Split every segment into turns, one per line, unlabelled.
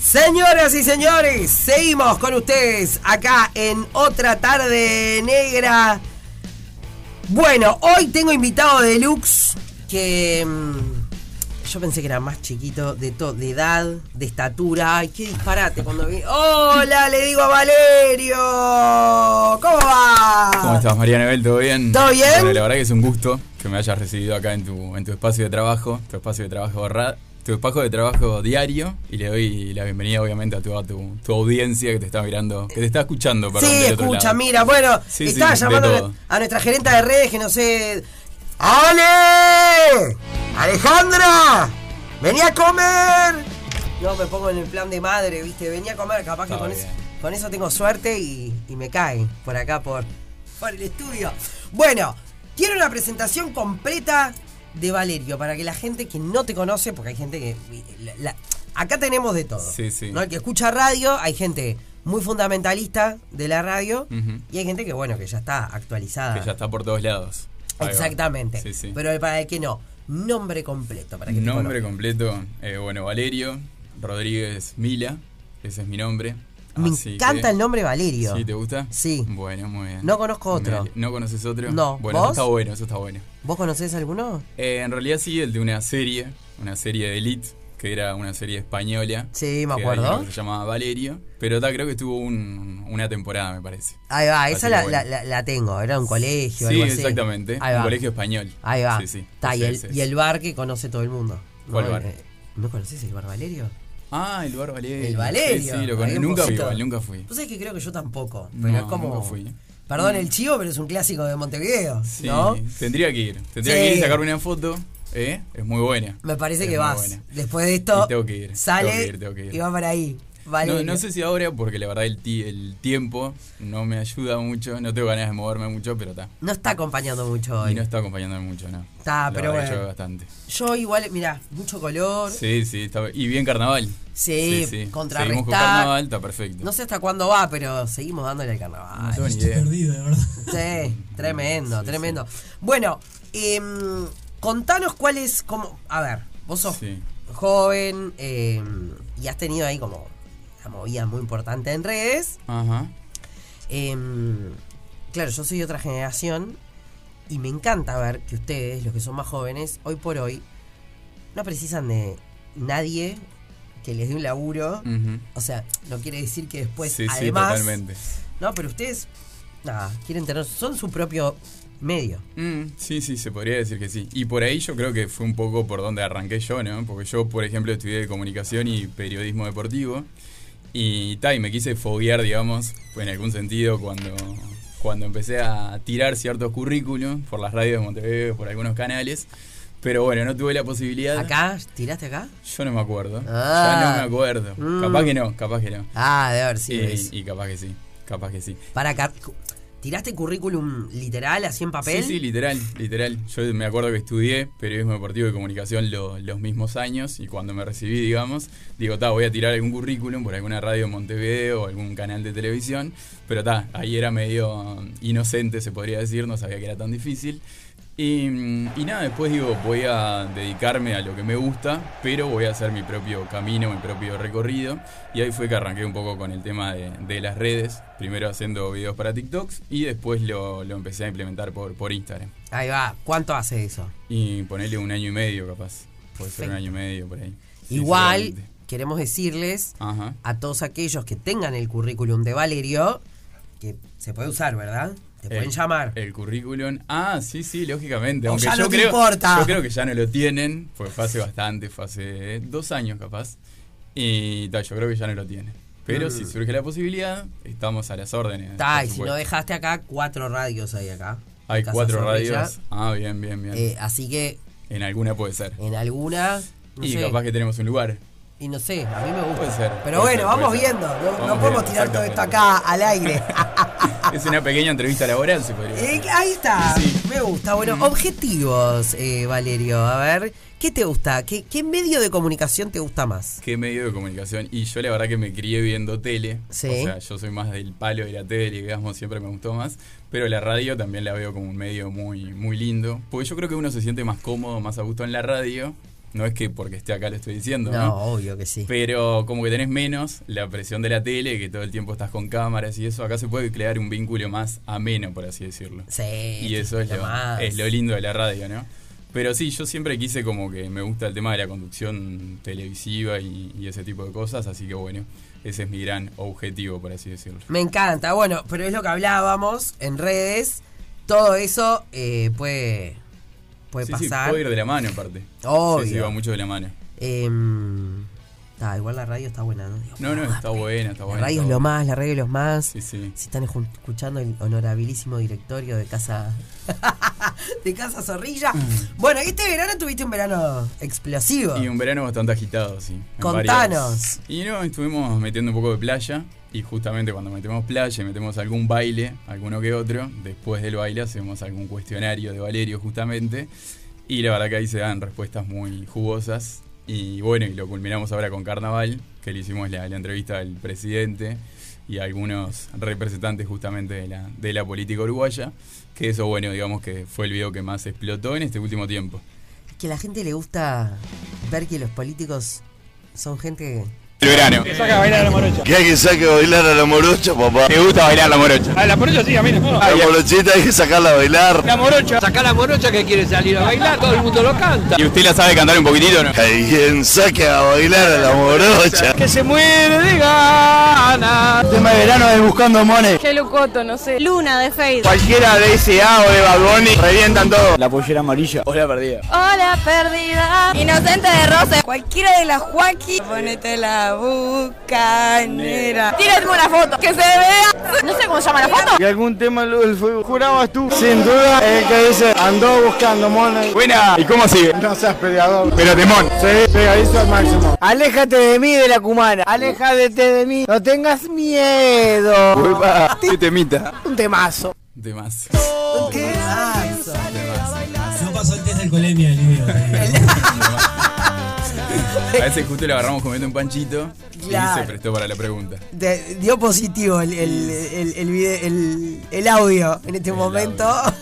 Señoras y señores, seguimos con ustedes acá en otra tarde negra. Bueno, hoy tengo invitado de Lux que mm, yo pensé que era más chiquito de to- de edad, de estatura. Ay, qué disparate cuando vi. Hola, le digo a Valerio. ¿Cómo va?
¿Cómo estás, María Nebel? ¿Todo bien?
Ah. ¿Todo bien?
Bueno, la verdad que es un gusto que me hayas recibido acá en tu, en tu espacio de trabajo, tu espacio de trabajo ra- tu espacio de trabajo diario y le doy la bienvenida obviamente a toda tu, tu audiencia que te está mirando, que te está escuchando, perdón,
sí,
del otro
escucha,
lado.
mira, bueno,
Sí, sí,
estaba
de
llamando
todo.
a nuestra gerenta de redes que no sé. ¡Ale! ¡Alejandra! ¡Vení a comer! No, me pongo en el plan de madre, ¿viste? Vení a comer, capaz que
Está
con
bien.
eso, con eso tengo suerte y, y me caen por acá, por, por el estudio. Bueno, quiero una presentación completa de Valerio para que la gente que no te conoce, porque hay gente que. la- la- acá tenemos de todo.
Sí, sí.
¿no? El que escucha radio, hay gente muy fundamentalista de la radio
Ujú.
y hay gente que, bueno, que ya está actualizada.
Que ya está por todos lados. Ahí va.
Exactamente.
Sí, sí.
Pero para el que no, nombre completo. Para que te
Nombre
conozca.
completo, eh, bueno, Valerio Rodríguez Mila, ese es mi nombre.
Me
Así
encanta
que-
el nombre Valerio.
Ah, ¿Sí? ¿Te gusta?
Sí.
Bueno, muy bien.
No conozco otro.
Me- ¿No conoces otro?
No,
Bueno,
¿vos?
eso está bueno, eso está bueno.
¿Vos conocés alguno?
Eh, en realidad sí, el de una serie, una serie de Elite, que era una serie española.
Sí, me
que hay uno
acuerdo.
que se llamaba Valerio. Pero ta, creo que estuvo un- una temporada, me parece.
Ahí va,
Así
esa
que
la,
bueno.
la- la- la tengo. Era un colegio,
Sí,
algo así.
exactamente.
Ahí va.
Un colegio español.
Ahí va.
Sí, sí.
Está, y,
Ese,
el,
ese,
y el
ese.
bar que conoce todo el mundo.
¿Cuál
¿No?
bar?
Eh, ¿No conocés el bar Valerio?
Ah, el bar Valerio.
El Valerio.
Sí, sí, lo
Ahí
conozco.
en
Nunca fui,
Posito.
igual, nunca fui.
Pues es que creo que yo tampoco.
No,
Pero es como.
nunca fui.
Perdón el chivo, pero es un clásico de Montevideo.
Sí,
¿No?
tendría que ir. Tendría
Sí.
que ir y sacarme una foto. ¿eh? Es muy buena.
Me parece
Es
que
muy
vas.
buena.
Después de esto,
Y tengo que ir,
sale
tengo que ir, tengo que ir.
y va para ahí. Vale.
No, no sé si ahora, porque la verdad el, ti- el tiempo no me ayuda mucho, no tengo ganas de moverme mucho, pero está.
No está acompañando mucho
Y
hoy.
no está acompañándome mucho, ¿no?
Está,
La
pero
verdad que
bueno.
llueve bastante.
Yo igual, mira, mucho color.
Sí, sí, está Y bien carnaval.
Sí, contrarrestar.
Seguimos con carnaval, está perfecto.
No sé hasta cuándo va, pero seguimos dándole al carnaval.
No tengo ni
Estoy
idea.
perdido, de verdad.
Sí, tremendo,
Sí,
tremendo. Bueno, em, contanos cuál es, como, a ver, vos sos
Sí.
joven em, y has tenido ahí como una movida muy importante en redes.
Ajá.
Em, claro, yo soy de otra generación y me encanta ver que ustedes, los que son más jóvenes, hoy por hoy, no precisan de nadie que les dé un laburo.
Ujú.
O sea, no quiere decir que después,
Mm. sí,
Pues, además,
sí, totalmente.
no, pero ustedes, nada, quieren tener, son su propio medio.
Mm, sí, sí, se podría decir que sí. Y por ahí yo creo que fue un poco por donde arranqué yo, ¿no? Porque yo, por ejemplo, estudié comunicación y periodismo deportivo. Y, ta, y me quise foguear, digamos, en algún sentido, cuando, cuando empecé a tirar ciertos currículum por las radios de Montevideo, por algunos canales. Pero bueno, no tuve la posibilidad.
¿Acá? ¿Tiraste acá?
Yo no me acuerdo.
Ah.
Ya no me acuerdo.
Mm.
Capaz que no, capaz que no.
Ah, de haber sido
y,
eso.
y capaz que sí, capaz que sí.
Para acá, cu- ¿tiraste currículum literal, así en papel?
Sí, sí, literal, literal. Yo me acuerdo que estudié periodismo deportivo y comunicación lo- los mismos años y cuando me recibí, digamos, digo, ta, voy a tirar algún currículum por alguna radio en Montevideo o algún canal de televisión, pero ta, ahí era medio um, inocente, se podría decir, no sabía que era tan difícil. Y, mm, y nada, después digo, voy a dedicarme a lo que me gusta, pero voy a hacer mi propio camino, mi propio recorrido. Y ahí fue que arranqué un poco con el tema de, de las redes, primero haciendo videos para TikToks y después lo, lo empecé a implementar por, por Instagram.
Ahí va, ¿cuánto hace eso?
Y ponerle un año y medio capaz. Puede ser
Perfecto.
un año y medio por ahí. Sí, Ah.
Igual,
seguramente.
queremos decirles
Ajá.
a todos aquellos que tengan el currículum de Valerio, que se puede usar, ¿verdad? Te pueden
El-
llamar.
El currículum. Ah, sí, sí, lógicamente.
O
Aunque
ya
yo
no te
creo,
importa.
Yo creo que ya no lo tienen. Pues fue hace bastante, fue hace dos años capaz. Y ta, yo creo que ya no lo tienen. Pero si surge la posibilidad, estamos a las órdenes.
Está, y
por
Mm. si
supuesto.
no dejaste acá, cuatro radios hay acá.
Hay
Casa
cuatro
Zorrilla.
radios. Ah, bien, bien, bien.
Eh, así que
en alguna puede ser.
en alguna. No
y
sé,
capaz que tenemos un lugar.
Y no sé, a mí me gusta.
Puede ser,
Pero bueno,
puede ser,
vamos
puede ser.
viendo. No, no
Vamos
podemos
viendo,
tirar todo esto
exactamente.
acá al aire.
Es una pequeña entrevista laboral, se podría
Ah. Eh,
decir.
ahí está.
Sí. Mm.
Me gusta. Bueno, objetivos, eh, Valerio. A ver, ¿qué te gusta? ¿Qué, qué medio de comunicación te gusta más?
¿Qué medio de comunicación? Y yo la verdad que me crié viendo tele.
Sí.
O sea, yo soy más del palo de la tele, digamos, siempre me gustó más. Pero la radio también la veo como un medio muy, muy lindo. Porque yo creo que uno se siente más cómodo, más a gusto en la radio No es que porque esté acá lo estoy diciendo.
No,
¿no?
obvio que sí.
Pero como que tenés menos la presión de la tele, que todo el tiempo estás con cámaras y eso, acá se puede crear un vínculo más ameno, por así decirlo.
Sí,
Y
este
eso es lo,
más.
es lo lindo de la radio, ¿no? Pero sí, yo siempre quise como que me gusta el tema de la conducción televisiva y, y ese tipo de cosas, así que bueno, ese es mi gran objetivo, por así decirlo.
Me encanta, bueno, pero es lo que hablábamos en redes. Todo eso eh, puede, puede
sí, sí,
pasar.
puede ir de la mano aparte.
Obvio.
Sí, sí, va mucho de la mano.
Em, ta, igual la radio está buena, ¿no? Dios
No, no,
mío,
está buena, está
Ah, La
buena.
radio
está
es lo
buena.
más, la radio es lo más.
Sí, sí.
Si están escu- escuchando el honorabilísimo directorio de Casa. de Casa Zorrilla. Bueno, este verano tuviste un verano explosivo.
Y un verano bastante agitado, sí. en
Contanos.
varias- Y no, estuvimos metiendo un poco de playa. Y justamente cuando metemos playa y metemos algún baile, alguno que otro, después del baile hacemos algún cuestionario de Valerio justamente. Y la verdad que ahí se dan respuestas muy jugosas. Y bueno, y lo culminamos ahora con Carnaval, que le hicimos la, la entrevista al presidente y a algunos representantes justamente de la, de la política uruguaya. Que eso, bueno, digamos que fue el video que más explotó en este último tiempo.
Es que a la gente le gusta ver que los políticos son gente.
El verano.
Saca a bailar a la morocha.
Que hay que sacar a bailar a la morocha, papá.
Me gusta bailar la morocha.
A la morocha sí, a mí no.
La morochita hay que sacarla a bailar.
La morocha. Saca la morocha que quiere salir a bailar, todo el mundo lo canta.
¿Y usted la sabe cantar un poquitito, no?
Hay quien saque a bailar a la morocha.
Que se muere de ganas.
tema de verano es buscando mones.
Chelo Coto, no sé. Luna de Facebook.
Cualquiera de SA o de Balboni revientan todo. La pollera amarilla. Hola perdida.
Hola, perdida. Inocente de rosa. Cualquiera de las Joaquín. Ponete la bucanera. Tírenme una foto. Que se vea. No sé cómo se llama la foto.
Y algún tema lo del fuego. Jurabas tú, sin duda, el que dice andó buscando monos.
Buena. ¿Y cómo sigue?
No seas peleador.
Pero temón.
Sí, pegadizo al máximo. Aléjate de mí, de la cumana. Aléjate de mí. No tengas miedo.
¿Qué temita?
Un temazo.
De más.
¿Qué asco.
No pasó el test de eh. alcoholemia el niño.
A veces justo lo agarramos comiendo un panchito y
Claro.
se prestó para la pregunta.
Te- dio positivo el, el, el, el vide- el- el audio en este
El
momento.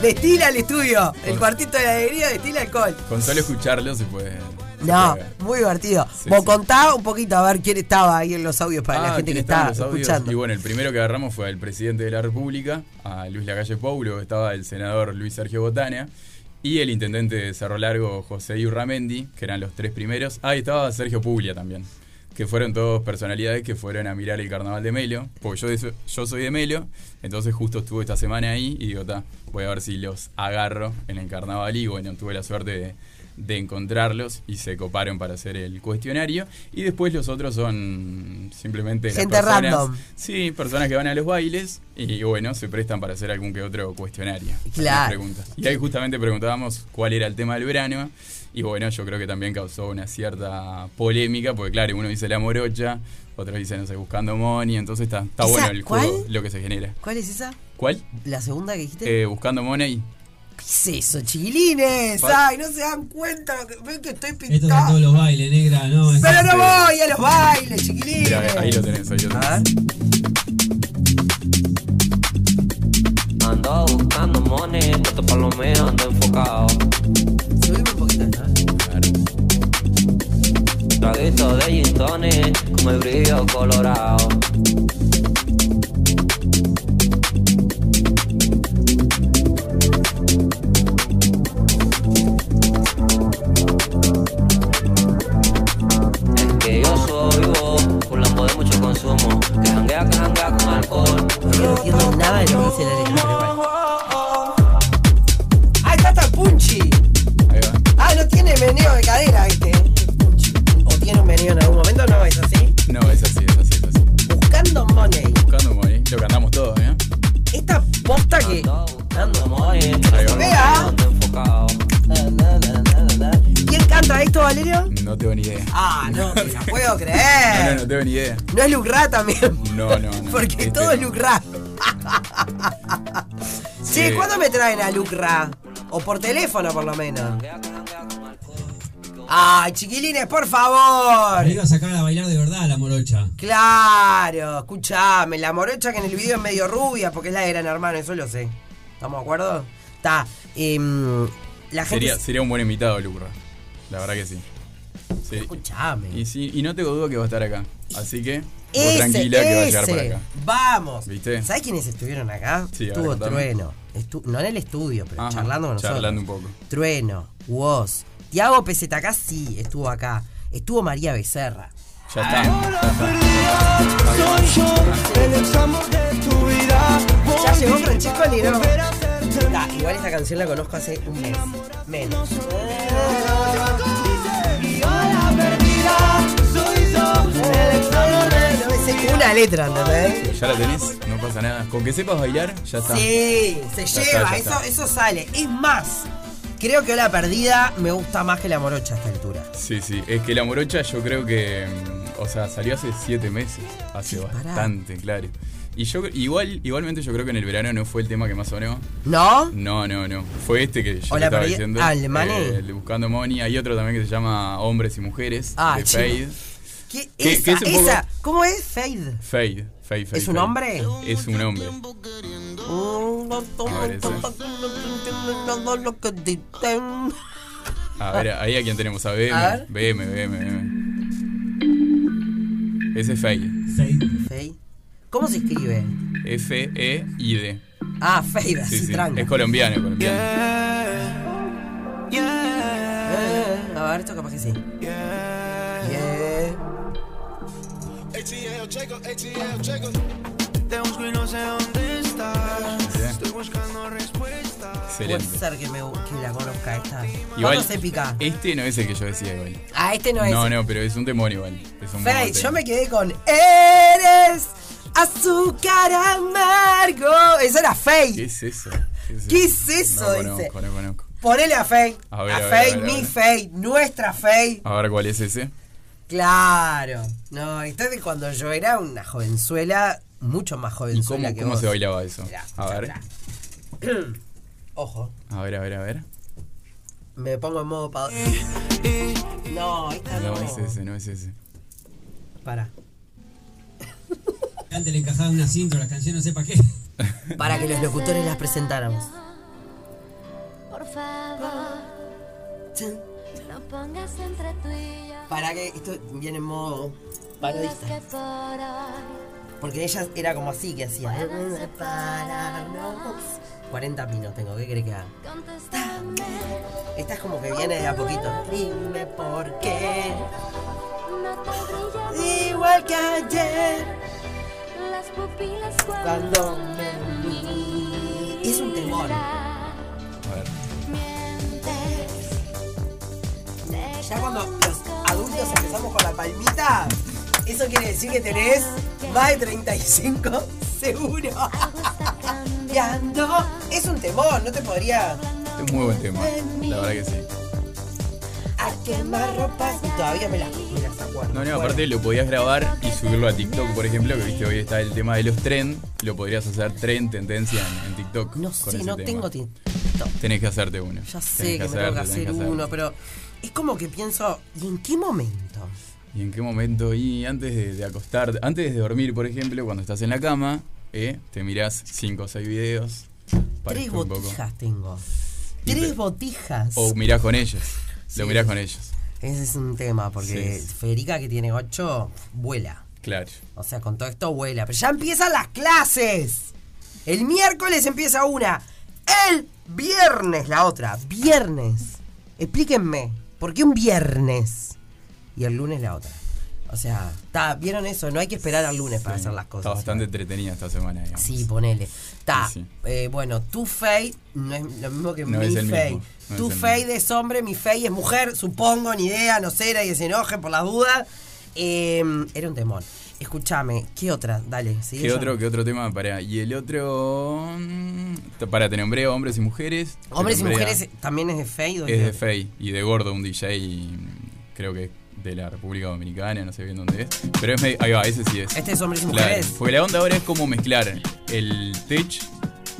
Destila el estudio. El cuartito de la alegría destila alcohol.
Con solo escucharlo se puede.
No,
se puede.
muy divertido.
Sí,
Vos
sí.
contá un poquito a ver quién estaba ahí en los audios para la
Ah,
gente que
¿quién estaban
está
los audios?
escuchando.
Y bueno, el primero que agarramos fue al presidente de la República, a Luis Lacalle Paulo, estaba el senador Luis Sergio Botana, y el intendente de Cerro Largo, José Iurramendi, que eran los tres primeros. Ah, y estaba Sergio Puglia también, que fueron todos personalidades que fueron a mirar el carnaval de Melo, porque yo, de so- yo soy de Melo, entonces justo estuve esta semana ahí y digo, "Ta, voy a ver si los agarro en el carnaval y bueno, tuve la suerte de de encontrarlos y se coparon para hacer el cuestionario. Y después los otros son simplemente las
Gente
personas-
random.
Sí, personas que van a los bailes y bueno, se prestan para hacer algún que otro cuestionario.
Claro.
algunas preguntas. Y ahí justamente preguntábamos cuál era el tema del verano. Y bueno, yo creo que también causó una cierta polémica, porque claro, uno dice la morocha, otros dicen, no sé, buscando money, entonces está, está
¿Esa
bueno el juego,
cuál?
lo que se genera.
¿Cuál es esa?
¿Cuál?
¿La segunda que dijiste?
Eh, buscando money.
¿Qué es eso, chiquilines?
¿Cuál?
Ay, no se dan cuenta. lo que- Ven que estoy
Estos son
pintado.
todos los bailes, negra, no. es-
Pero no voy a los bailes, chiquilines.
Mira, ahí lo tenés, ahí lo tenés.
Ah,
Ando buscando money, puesto palomeo, ando enfocado.
subime un poquito. ¿no?
Traguito de gin tonic, con el brillo colorado. Es que yo soy vos, culando de mucho consumo. Que janguea, que janguea con alcohol.
No entiendo nada de lo que dice la letra, pero bueno. Ah, está Tapunchi.
Ahí va.
Ah, no tiene meneo de cadera este. O tiene un meneo en algún momento, no, es así.
No, es así, es así, es así.
Buscando money.
Buscando money, lo cantamos todos, ¿eh?
Esta posta que.
Ando buscando money, puesto
Ahí va.
palomeo, ando enfocado.
¿Quién canta esto, Valerio?
No tengo ni idea.
Ah, no, te la puedo
No, no,
creer.
no tengo ni idea.
No es Lucra también.
No, no, no.
Porque
Este
todo es
no.
Lucra. Che,
Sí.
¿cuándo me traen a Lucra? O por teléfono, por lo menos. Ay, chiquilines, por favor.
Ahí iba a sacar a bailar de verdad a la morocha.
Claro, escuchame, la morocha que en el video es medio rubia, porque es la de Gran Hermano, eso lo sé. ¿Estamos de acuerdo? Está. em, la gente.
Sería, sería un buen invitado, Lucra. la verdad que sí. Sí.
Escuchame.
Y, sí, y no tengo duda que va a estar acá. Así que, vos
Ese,
tranquila que va a llegar
ese.
para acá.
Vamos.
¿Viste?
¿Sabes quiénes estuvieron acá?
Sí, a ver,
Estuvo
contame.
Trueno. Estu- no en el estudio, pero
Ajá,
charlando con nosotros.
charlando un poco.
Trueno, Woz. Tiago Pesetacá sí estuvo acá. Estuvo María Becerra.
Ya está.
Ya llegó Francesco Lino. Ta, igual esta canción la conozco hace un mes. Menos. No me sé Una letra, ¿entendés?
Ya la tenés, no pasa nada. Con que sepas bailar, ya está.
Sí, se
Ya
lleva,
está, ya está.
Eso, eso sale. Es más, creo que la perdida me gusta más que la morocha a esta altura.
Sí, sí. Es que la morocha yo creo que. mm, O sea, salió hace siete meses. Hace
Sí, pará.
bastante, claro. Y yo igual, igualmente yo creo que en el verano no fue el tema que más sonó.
¿No?
No, no, no. Fue este que yo
Hola,
te estaba
perdí-
diciendo. eh,
ah, el de Mané.
el de Buscando Money. Hay otro también que se llama Hombres y Mujeres.
Ah,
de
chico.
Fade.
¿Qué,
Que-
esa,
que es un poco-
esa. ¿Cómo es? Fade.
Fade. Fade, Fade.
¿Es un
Fade.
hombre?
Es un hombre. A ver, ahí a quién tenemos. A BM.
A ver.
BM, BM, BM. Ese es Fade.
Fade. ¿Cómo se escribe?
F-E-I-D.
Ah, Fade,
E Sí,
así
sí.
tranca.
Es colombiano, colombiano.
Eh, A ver, esto capaz que sí. Yeah. Puede
Excelente.
ser que, me, que la conozca esta.
Igual,
¿Cuándo se pica?
Este no es el que yo decía igual.
Ah, este no es.
No, no, pero es un temor igual. Es un
Fade,
buen tema.
yo me quedé con Eres azúcar amargo. Eso era
¿Qué
Fade.
es eso?
¿Qué es eso?
No
Dice.
conozco, no conozco.
Ponele a Fade. A,
A ver, a ver,
Fade,
a ver, a
mi
ver.
Fade, nuestra Fade.
A ver, ¿cuál es ese?
Claro. No, esto de cuando yo era una jovenzuela, mucho más
¿Y
jovenzuela
cómo,
que
cómo
vos.
se bailaba eso?
Mirá, escuchá,
A ver,
mirá. Ojo,
a ver, a ver, a ver.
me pongo en modo pa... No, esta no.
No es ese, no es ese.
Para.
Antes le encajaban una cinta a las canciones, no sé para qué.
Para que los locutores las presentáramos.
Por favor, no pongas entre tú y yo
Para que esto viene en modo
las
parodista.
que por hoy
Porque ella era como así que hacía. ¿eh?
puedan separarnos.
40 pinos tengo, ¿qué crees que haga?
Contéstame,
Esta es como que viene de a poquito. Dime por qué.
una tarde ya
Igual que ayer.
las pupilas cuando
Cuando me miras. Es un temor.
A ver.
mientes.
Ya cuando los adultos empezamos con la palmita, eso quiere decir que tenés más de 35 seguro. Cambiando. Es un temor, no te podría.
Este es un muy buen tema. La verdad que sí.
A quemar ropas y todavía me las, me las acuerdo.
No, no,
Bueno.
aparte lo podías grabar y subirlo a TikTok, por ejemplo, que viste hoy está el tema de los trend. Lo podrías hacer trend, tendencia en, en TikTok.
No
con
sé,
ese
no
tema.
tengo tiempo.
Tenés que hacerte uno.
Ya sé
Tenés
que me tengo que
hacerte, tenés
hacer uno, pero es como que pienso, ¿y en qué momento?
¿Y en qué momento? Y antes de, de acostarte, antes de dormir, por ejemplo, cuando estás en la cama, ¿eh? te mirás 5 o 6 videos.
Tres
parezco un poco.
botijas tengo.
Y
Tres
te- Oh.
botijas.
O mirás con ellos. Lo mirás con ellos.
Ese es un tema, porque
Sí.
Federica que tiene ocho, vuela.
Claro.
O sea, con todo esto vuela. Pero ya empiezan las clases. El miércoles empieza una. El viernes la otra. Viernes. Explíquenme. ¿Por qué un viernes? Y el lunes la otra. O sea, ta, ¿vieron eso? No hay que esperar al lunes para hacer las
Está
cosas.
bastante entretenida esta semana, digamos.
Sí, ponele. Ta,
Sí, sí.
eh, bueno, tu fey no es lo mismo que
No
mi
es el
fey.
mismo, no
tu
es el
fey
mismo.
es hombre, mi fey es mujer, supongo, ni idea, no sé, nadie se enoje por las dudas. Eh, era un temón. Escúchame, ¿qué otra? Dale, sigue
¿Qué
yo.
otro, ¿Qué otro tema? Para. Y el otro. mm, Para, te nombré hombres y mujeres. te
Hombres y
nombré a-
mujeres también es de fey.
ah. Es de Fey y de Gordo, un DJ, mm, creo que de la República Dominicana, no sé bien dónde es. Pero es medio- ahí va, ese sí es.
Este es hombres y
Claro,
mujeres.
porque la onda ahora es como mezclar el tech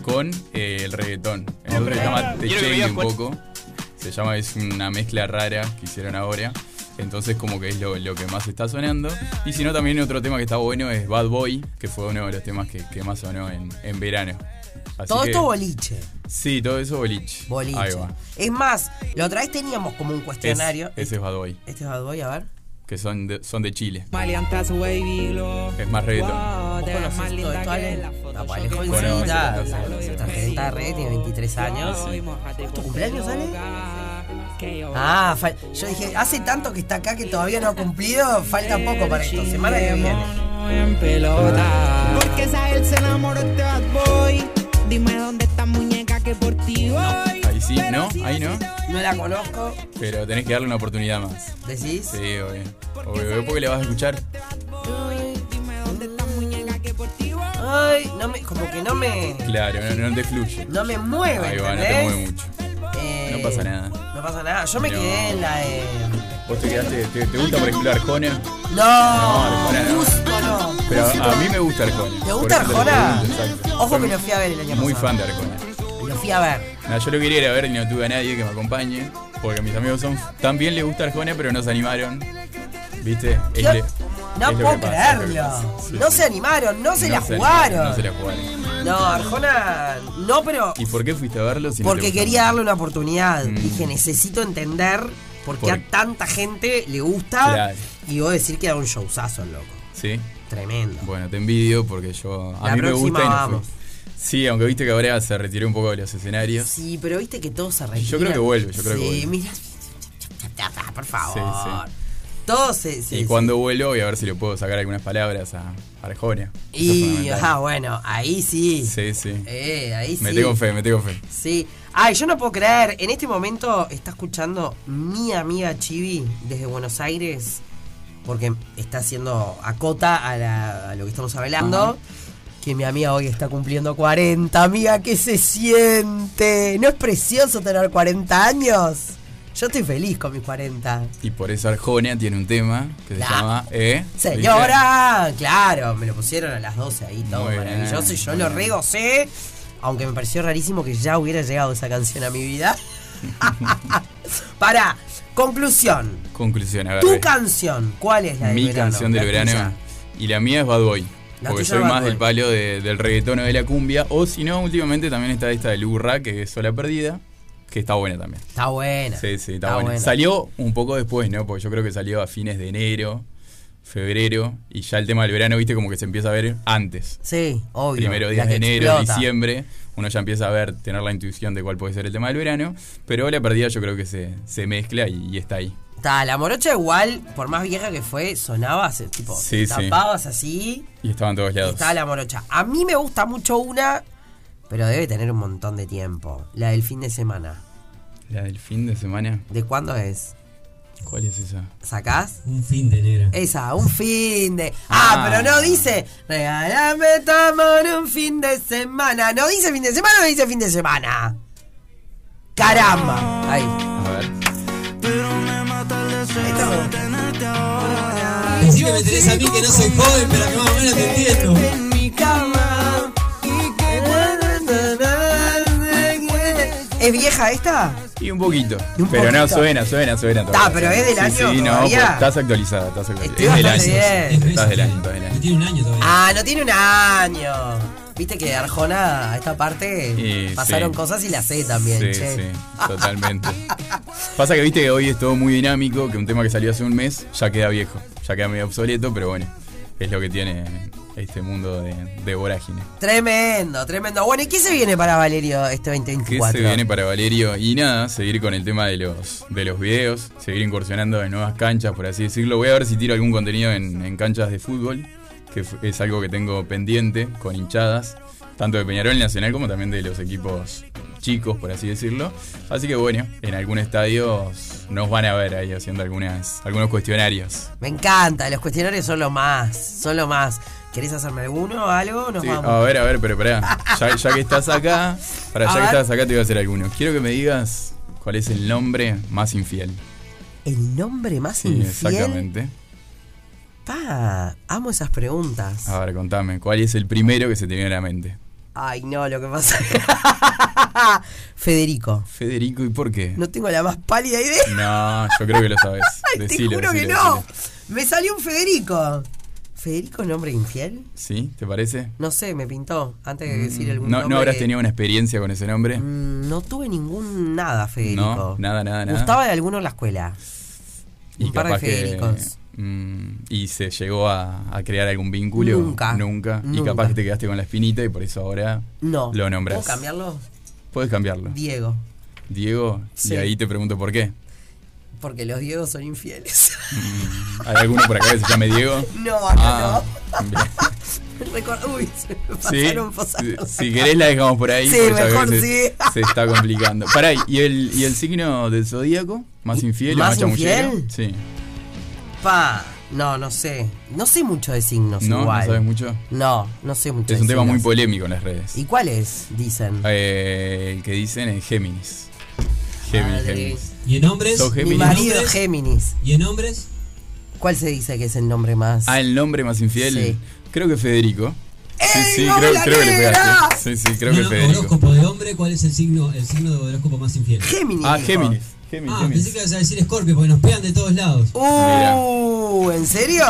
con eh, el reggaetón. El otro se llama techengue un poco. Se llama, es una mezcla rara que hicieron ahora. Entonces como que es lo, lo que más está sonando. Y si no, también otro tema que está bueno es Bad Boy, que fue uno de los temas que, que más sonó en, en verano. Así
Todo
que-
esto boliche.
Sí, todo eso boliche.
Boliche.
Ahí va.
Es más, la otra vez teníamos como un
Es-
cuestionario.
ese es Bad Boy,
Este es Bad Boy, a ver.
que son de, son de Chile. Es más reggaetón.
¿Vos conocés todo esto, Ale? No, pues Ale es
Conozco,
jovencita.
sí, sí, sí.
Tarjeta re, tiene 23 años. ¿Es tu cumpleaños, Ale? Ah, fal- yo dije, hace tanto que está acá que todavía no ha cumplido, falta poco para esto, semana que viene. Ah.
Porque esa él se enamoró de este bad boy. Dime dónde está muñeca que por ti voy.
Ahí sí, ¿no? Ahí no.
No la conozco,
Pero tenés que darle una oportunidad más.
decís.
Sí, obvio. Obvio, porque le vas a escuchar.
Ay, no me, como que no me,
Claro, no, no te fluye.
no me mueve,
Ahí va, no te
¿entendés?
mueve mucho.
Eh,
No pasa nada.
No pasa nada. Yo me
No.
quedé en la de.
Vos te quedaste, te, te gusta por ejemplo Arjona,
No,
Arjona no.
justo no.
pero a, a mí me gusta Arjona.
¿Te gusta
Por eso te
Arjona?
pregunto, exacto.
Ojo
Soy
que lo fui a ver el año
Muy
pasado.
fan de Arjona.
Lo fui a ver.
No, yo lo quería ir a ver y no tuve a nadie que me acompañe, porque mis amigos son también les gusta Arjona, pero no se animaron. ¿Viste? Es
Yo-
le-
no
es lo
puedo
que pasa, es lo que
creerlo.
pasa. Sí,
No
sí.
se animaron, no se la
animaron,
jugaron.
No se la jugaron.
No, Arjona. No, pero.
¿Y por qué fuiste a verlo si no te
Porque
gusta?
quería darle una oportunidad.
Mm.
Dije, necesito entender por qué
Por-
a tanta gente le gusta.
Claro.
Y voy a decir que era un showzazo, el loco.
Sí.
Tremendo.
Bueno, te envidio porque yo. A
La
mí me
próxima
gusta y no fui.
vamos.
Sí, aunque viste que ahora se retiró un poco de los escenarios.
Sí, pero viste que todo se retira.
Yo creo que vuelve, yo creo que
Sí,
vuelve.
mira. Por favor.
Sí, sí.
Todo se. se-
y cuando vuelo voy a ver si le puedo sacar algunas palabras a Arjona.
se-
Eso es
Y,
fundamental.
ajá, bueno, ahí sí.
Sí, sí.
Eh, ahí sí.
Me tengo fe, me tengo fe.
Sí. Ay, yo no puedo creer. En este momento está escuchando mi amiga Chibi desde Buenos Aires. Porque está haciendo acota a, la- a lo que estamos hablando. Que mi amiga hoy está cumpliendo 40. Amiga, ¿qué se siente? ¿No es precioso tener 40 años? Yo estoy feliz con mis 40.
Y por eso Arjona tiene un tema que se
La-
llama ¿Eh?
Señora, claro, me lo pusieron a las 12 ahí, todo
Muy bien,
maravilloso. Y yo
muy
lo
bien.
regocé, aunque me pareció rarísimo que ya hubiera llegado esa canción a mi vida. Para, conclusión.
¿Viste? Conclusión, a ver.
Tu
ve.
canción, ¿cuál es la del
mi
verano?
canción del
La
verano.
tuya.
Y la mía es Bad Boy.
La tuya
Porque soy
es Bad
más
Boy.
del palo de- del reggaetón o de la cumbia. O si no, últimamente también está esta de Lurra, que es Sola Perdida, que está buena también.
Está buena.
Sí, sí, está, buena. Salió un poco después, ¿no? Porque yo creo que salió a fines de enero, febrero, y ya el tema del verano, viste, como que se empieza a ver antes.
Sí, obvio.
Primero
la
días
que
de enero,
explota.
diciembre, uno ya empieza a ver, tener la intuición de cuál puede ser el tema del verano, pero la perdida yo creo que se, se mezcla y, y está ahí.
Está, la morocha igual, por más vieja que fue, sonaba, se- tipo,
Sí, sí.
tapabas así
Y estaban todos lados.
Está la morocha. A mí me gusta mucho una, pero debe tener un montón de tiempo. La del fin de semana.
La del fin de semana,
¿De cuándo es?
¿cuál es esa?
¿Sacás?
Un fin de negra.
Esa, un fin de. Ah,
Ah.
pero no dice. Regálame tu amor un fin de semana. No dice fin de semana, no dice fin de semana. Caramba. Ahí.
A ver.
Esto me gusta.
Así que me tenés a mí que no soy joven, pero que más o menos te entiendo.
En mi cama. ¿Es vieja esta?
Y un poquito.
Y un
pero no,
poquito.
suena, suena, suena.
Está,
todavía.
pero es del
Sí,
año
sí, no,
todavía.
pues, estás actualizada, estás actualizada.
Estoy
Es del año.
bastante bien.
Estás del año, estás del año.
No tiene un año todavía.
Ah, no tiene un año. Viste que Arjona, a esta parte,
Y,
pasaron
sí.
cosas y la sé también,
Sí,
che.
sí, totalmente. Pasa que viste que hoy es todo muy dinámico, que un tema que salió hace un mes ya queda viejo, ya queda medio obsoleto, pero bueno, es lo que tiene este mundo de, de vorágine.
Tremendo, tremendo. Bueno, ¿y qué se viene para Valerio este
¿Qué
2024?
se viene para Valerio? Y nada, seguir con el tema de los, de los videos, seguir incursionando en nuevas canchas, por así decirlo. Voy a ver si tiro algún contenido en, en canchas de fútbol, que fu- es algo que tengo pendiente con hinchadas, tanto de Peñarol Nacional como también de los equipos chicos, por así decirlo. Así que bueno, en algún estadio nos van a ver ahí haciendo algunas, algunos cuestionarios.
Me encanta, los cuestionarios son lo más, son lo más. ¿Querés hacerme alguno o algo? Nos
Sí, ah.
vamos.
a ver, a ver, pero pará. Ya, ya que estás acá, para
A
ya que
ver.
estás acá te voy a hacer algunos. Quiero que me digas cuál es el nombre más infiel.
El nombre más
Sí,
infiel.
exactamente.
Pa, amo esas preguntas.
A ver, contame, ¿cuál es el primero que se te viene a la mente?
Ay, no, lo que pasa. Federico.
Federico, ¿y por qué?
No tengo la más pálida idea.
No, yo creo que lo sabes.
Ay, te juro que no. Me salió un Federico. ¿Federico es nombre infiel?
¿Sí? ¿Te parece?
No sé, me pintó. Antes de decir algún
¿No,
nombre.
¿No habrás tenido una experiencia con ese nombre?
Mm, No tuve ningún nada, Federico.
No, nada, nada, nada.
Gustaba de alguno en la escuela. un par de
capaz que,
Federicos.
mm, y se llegó a, a crear algún vínculo.
Nunca,
Nunca. Y
nunca.
capaz que te quedaste con la espinita y por eso ahora
No.
lo nombras.
¿Puedo cambiarlo?
Puedes cambiarlo.
Diego.
Diego,
Sí.
y ahí te pregunto por qué.
Porque los Diegos son infieles.
¿Hay alguno por acá que se llame Diego?
No, acá
Ah, bien.
no. Recuerdo- Uy, se me
Sí,
pasaron
si,
pasaron.
si querés la dejamos por ahí.
Sí,
porque ya
mejor
veo que
sí.
se, se está complicando. Pará, ¿y el, y el signo del zodíaco? ¿Más infiel
¿Más
o más chamullero?
infiel?
Sí.
Pa. No, no sé. No sé mucho de signos
¿No?
Pues igual.
¿No sabes mucho?
No, no sé mucho
Es
de
un tema muy
signos.
polémico en las redes.
¿Y cuál es? Dicen.
Eh, el que dicen es Géminis. Géminis,
Madre.
Géminis.
¿Y en hombres?
¿Sos
Mi
Géminis?
marido es Géminis.
¿Y en hombres?
¿Cuál se dice que es el nombre más?
Ah, el nombre más infiel.
Sí.
Creo que Federico. Sí, sí,
no me
creo,
la
creo que le
creas.
pegaste. Sí, sí, creo
No,
que
no,
Federico.
horóscopo de hombre, ¿cuál es el signo, el signo de horóscopo más infiel?
Géminis.
Ah,
dijo.
Géminis. Géminis,
Ah,
Géminis.
pensé que ibas a decir Scorpio, porque nos pegan de todos lados.
Uh, ¿en serio?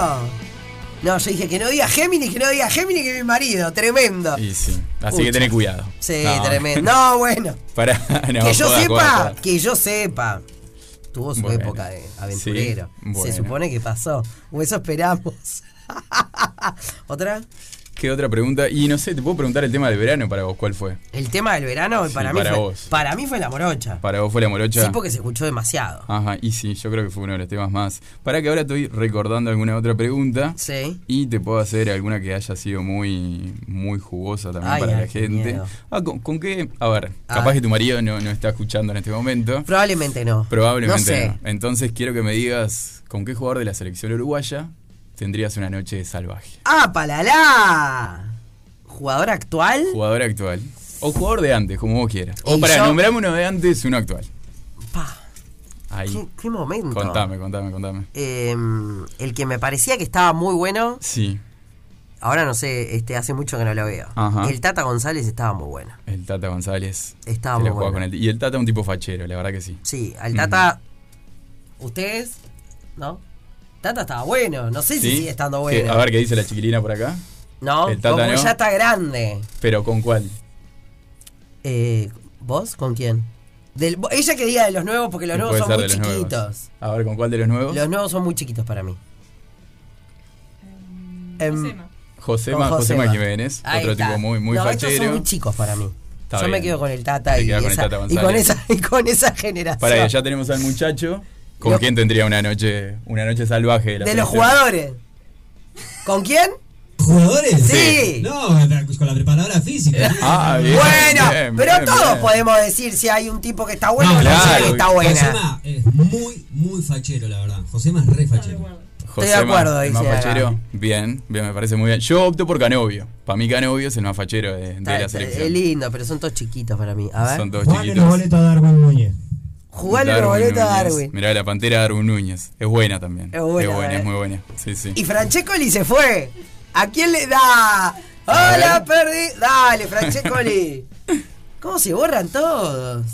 No, yo dije que no diga Géminis, que no diga Géminis, que es mi marido. Tremendo.
Y sí. Así
Pucha.
que tenés cuidado.
Sí,
No.
tremendo. No, bueno.
Pará, no,
que yo
joda,
sepa,
joda, joda.
que yo sepa. Tuvo su
Bueno.
época de aventurero.
Sí, bueno.
Se supone que pasó. O eso esperamos. ¿Otra?
¿Qué otra pregunta? Y no sé, te puedo preguntar el tema del verano para vos, ¿cuál fue?
El tema del verano
Sí,
para, mí
para
fue,
vos.
para mí fue la morocha.
Para vos fue la morocha.
Sí, porque se escuchó demasiado.
Ajá, y sí, yo creo que fue uno de los temas más. Para que ahora estoy recordando alguna otra pregunta.
Sí.
Y te puedo hacer alguna que haya sido muy, muy jugosa también
Ay,
para
ay,
la
qué
gente.
miedo.
Ah, ¿con, con qué? A ver,
Ah.
capaz que tu marido no, no está escuchando en este momento.
Probablemente no.
Probablemente.
No sé.
no. Entonces quiero que me digas con qué jugador de la selección uruguaya tendrías una noche salvaje.
¡Ah, palala! ¿Jugador actual?
Jugador actual. O jugador de antes, como vos quieras. O
Y
para
yo-
nombrarme uno de antes, uno actual.
Pa,
Ahí.
¿qué, qué momento?
Contame, contame, contame.
Em, el que me parecía que estaba muy bueno,
Sí,
ahora no sé, este, hace mucho que no lo veo.
Ajá.
El Tata González estaba muy bueno.
el Tata González.
Estaba
Se
muy
la jugaba
bueno.
con el- Y el Tata un tipo fachero, la verdad que sí.
Sí, al Tata. ¿Ustedes? ¿No? Tata estaba bueno, no sé si sigue estando
¿Qué-
bueno.
A ver qué dice la chiquilina por acá.
¿No?
el Tata
Como
no.
ya está grande.
Pero con cuál.
Eh, ¿Vos? ¿Con quién? Del, ella que diga de los nuevos, porque los
¿Qué
nuevos
puede
son
ser
muy
de los nuevos?
chiquitos.
A ver, ¿con cuál de los nuevos?
Los nuevos son muy chiquitos para mí. Em,
Josema,
con
Josema
Josema.
Jiménez,
Ahí
otro
está.
tipo muy, muy
no, Estos son
fachero.
muy chicos para mí.
Está
Yo me
bien.
quedo con el Tata,
Te
y,
quedás con el
esa,
Tata
y, con
González.
esa, y con esa generación.
Para ya tenemos al muchacho. ¿Con
Lo-
quién tendría una noche, una noche salvaje? De, la
de los
selección?
jugadores. ¿Con quién?
¿Jugadores?
Sí.
No, con la preparadora física.
Ah, bien.
Bueno,
bien,
pero
bien,
todos
bien.
podemos decir si hay un tipo que está bueno o
No,
no
claro.
que está buena.
Josema es muy, muy fachero, la verdad. Josema es re fachero.
de
Josema,
acuerdo,
el más
dice
fachero.
Gaby.
Bien, bien, me parece muy bien. Yo opto por Canovio. Para mí Canovio es el más fachero de, de
Está-
la
está-
selección.
es lindo, pero son todos chiquitos para mí. A ver.
Son todos chiquitos.
a Darwin Núñez.
Jugale el boleto a
Núñez.
Darwin.
Mirá, la pantera Darwin Núñez. Es buena también.
Es buena, eh.
es muy buena. Sí, sí.
Y Francescoli se fue. ¿A quién le da? ¡Hola, perdí! Dale, Francescoli. ¿Cómo se borran todos?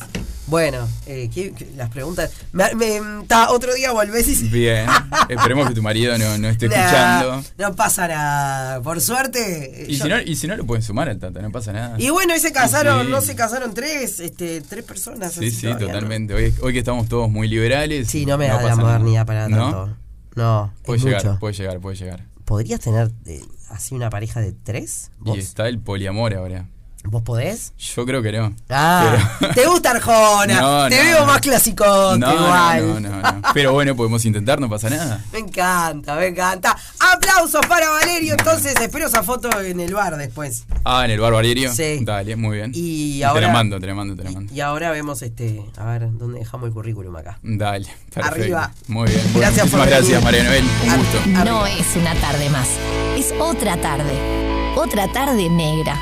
Bueno, eh, ¿qué- qué- las preguntas. Me- me- ta, otro día volvés y.
Bien. Esperemos que tu marido no, no esté
Nah,
escuchando.
No pasa nada. Por suerte. eh,
Y
yo-
si, no, y si no, lo pueden sumar al Tata, no pasa nada.
Y bueno, y se casaron,
Sí.
no se casaron tres, este, tres personas.
Sí,
así
sí,
todavía, ¿no?
totalmente. Hoy, hoy que estamos todos muy liberales.
Sí, no me da la
pasa
modernidad
nada.
para
¿No?
tanto. No,
Puede
es
llegar,
mucho.
puede llegar, puede llegar.
¿Podrías tener eh, así una pareja de tres? ¿Vos,
Y está el poliamor ahora.
¿Vos podés?
Yo creo que no.
Ah,
Pero-
te gusta Arjona,
No,
te
no,
veo
no.
más clásico
No, no,
igual.
no, no, no. Pero bueno, podemos intentar, no pasa nada.
Me encanta, me encanta. Aplausos para Valerio, entonces espero esa foto en el bar después.
Ah, en el bar Valerio.
Sí.
Dale, muy bien.
Y
Te
ahora-
la mando, te la mando, te la mando.
Y, y ahora vemos este, a ver, ¿dónde dejamos el currículum acá?
Dale, perfecto.
Arriba.
Muy bien. bueno,
Gracias por venir.
muchísimas gracias, María Noel. Un
Ar-
gusto.
arriba.
No es una tarde más, es otra tarde. Otra tarde negra.